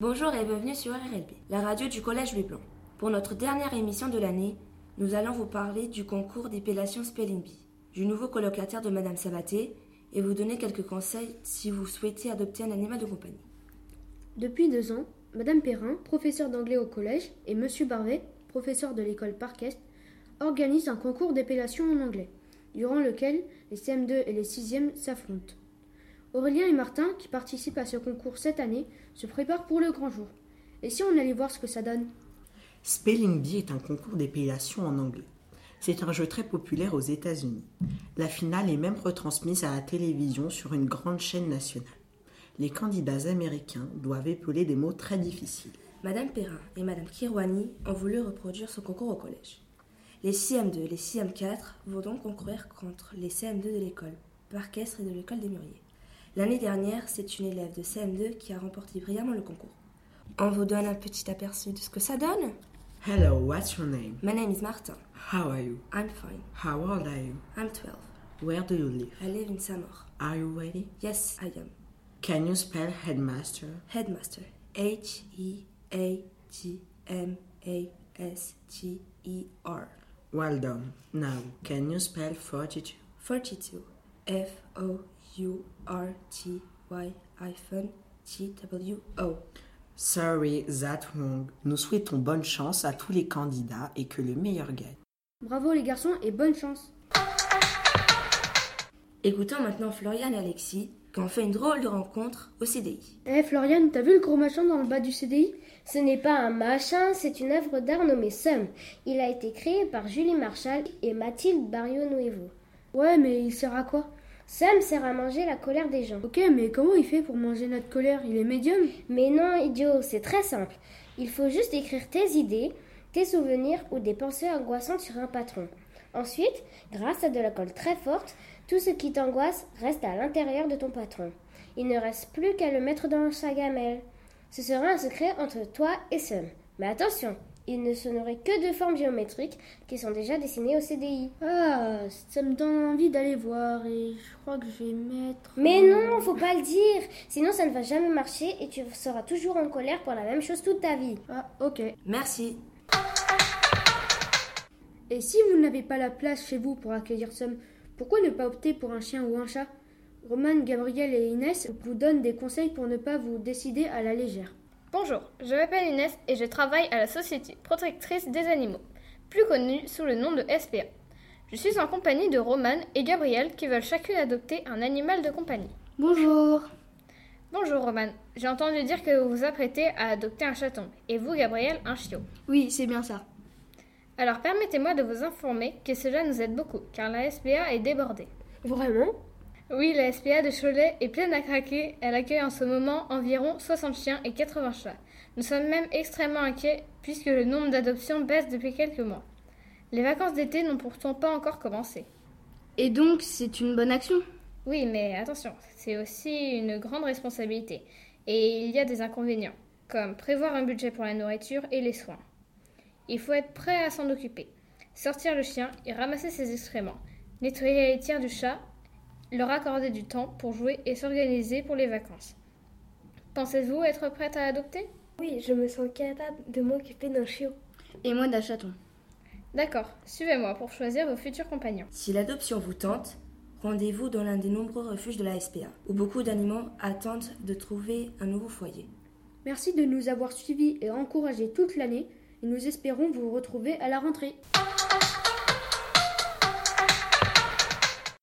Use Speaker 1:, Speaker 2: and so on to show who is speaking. Speaker 1: Bonjour et bienvenue sur RLB, la radio du Collège Louis Blanc. Pour notre dernière émission de l'année, nous allons vous parler du concours d'épellation Spelling Bee, du nouveau colocataire de Madame Sabaté et vous donner quelques conseils si vous souhaitez adopter un animal de compagnie.
Speaker 2: Depuis deux ans, Madame Perrin, professeure d'anglais au collège, et Monsieur Barvet, professeur de l'école Parquest, organisent un concours d'épellation en anglais, durant lequel les CM2 et les 6e s'affrontent. Aurélien et Martin, qui participent à ce concours cette année, se préparent pour le grand jour. Et si on allait voir ce que ça donne
Speaker 3: Spelling Bee est un concours d'épellation en anglais. C'est un jeu très populaire aux États-Unis. La finale est même retransmise à la télévision sur une grande chaîne nationale. Les candidats américains doivent épeler des mots très difficiles.
Speaker 1: Madame Perrin et Madame Kirwani ont voulu reproduire ce concours au collège. Les CM2 et les CM4 vont donc concourir contre les CM2 de l'école Parquestre et de l'école des Mûriers. L'année dernière, c'est une élève de CM2 qui a remporté brillamment le concours. On vous donne un petit aperçu de ce que ça donne
Speaker 3: Hello, what's your name?
Speaker 1: My name is Martin.
Speaker 3: How are you?
Speaker 1: I'm fine.
Speaker 3: How old are you?
Speaker 1: I'm 12.
Speaker 3: Where do you live?
Speaker 1: I live in Samor.
Speaker 3: Are you ready?
Speaker 1: Yes, I am.
Speaker 3: Can you spell headmaster?
Speaker 1: Headmaster. H E A G M A S T E R.
Speaker 3: Well done. Now, can you spell fortitude?
Speaker 1: 42. F O U R T Y hyphen T W O.
Speaker 3: Sorry, that wrong. Nous souhaitons bonne chance à tous les candidats et que le meilleur gagne.
Speaker 2: Bravo les garçons et bonne chance
Speaker 1: Écoutons maintenant Florian et Alexis qui ont fait une drôle de rencontre au CDI.
Speaker 2: Eh Floriane, t'as vu le gros machin dans le bas du CDI
Speaker 4: Ce n'est pas un machin, c'est une œuvre d'art nommée Somme. Il a été créé par Julie Marshall et Mathilde Barrio-Nuevo.
Speaker 2: Ouais, mais il sert à quoi
Speaker 4: Somme sert à manger la colère des gens.
Speaker 2: Ok, mais comment il fait pour manger notre colère Il est médium
Speaker 4: Mais non, idiot, c'est très simple. Il faut juste écrire tes idées, tes souvenirs ou des pensées angoissantes sur un patron. Ensuite, grâce à de la colle très forte, tout ce qui t'angoisse reste à l'intérieur de ton patron. Il ne reste plus qu'à le mettre dans sa gamelle. Ce sera un secret entre toi et Somme. Mais attention, il ne se n'aurait que de formes géométriques qui sont déjà dessinées au CDI.
Speaker 2: Ah, ça me donne envie d'aller voir et je crois que je vais mettre...
Speaker 4: Mais non, faut pas le dire, sinon ça ne va jamais marcher et tu seras toujours en colère pour la même chose toute ta vie.
Speaker 2: Ah, ok.
Speaker 1: Merci.
Speaker 2: Et si vous n'avez pas la place chez vous pour accueillir Somme, pourquoi ne pas opter pour un chien ou un chat Roman, Gabriel et Inès vous donnent des conseils pour ne pas vous décider à la légère.
Speaker 5: Bonjour, je m'appelle Inès et je travaille à la Société protectrice des animaux, plus connue sous le nom de SPA. Je suis en compagnie de Roman et Gabriel qui veulent chacune adopter un animal de compagnie.
Speaker 2: Bonjour
Speaker 5: Bonjour Roman, j'ai entendu dire que vous vous apprêtez à adopter un chaton, et vous Gabriel un chiot.
Speaker 2: Oui, c'est bien ça.
Speaker 5: Alors permettez-moi de vous informer que cela nous aide beaucoup, car la SPA est débordée.
Speaker 2: Vraiment
Speaker 5: Oui, la SPA de Cholet est pleine à craquer. Elle accueille en ce moment environ 60 chiens et 80 chats. Nous sommes même extrêmement inquiets puisque le nombre d'adoptions baisse depuis quelques mois. Les vacances d'été n'ont pourtant pas encore commencé.
Speaker 2: Et donc, c'est une bonne action
Speaker 5: Oui, mais attention, c'est aussi une grande responsabilité. Et il y a des inconvénients, comme prévoir un budget pour la nourriture et les soins. Il faut être prêt à s'en occuper. Sortir le chien et ramasser ses excréments. Nettoyer les tirs du chat. Leur accorder du temps pour jouer et s'organiser pour les vacances. Pensez-vous être prête à adopter
Speaker 4: Oui, je me sens capable de m'occuper d'un chiot.
Speaker 2: Et moi d'un chaton.
Speaker 5: D'accord, suivez-moi pour choisir vos futurs compagnons.
Speaker 1: Si l'adoption vous tente, rendez-vous dans l'un des nombreux refuges de la SPA, où beaucoup d'animaux attendent de trouver un nouveau foyer.
Speaker 2: Merci de nous avoir suivis et encouragés toute l'année et nous espérons vous retrouver à la rentrée.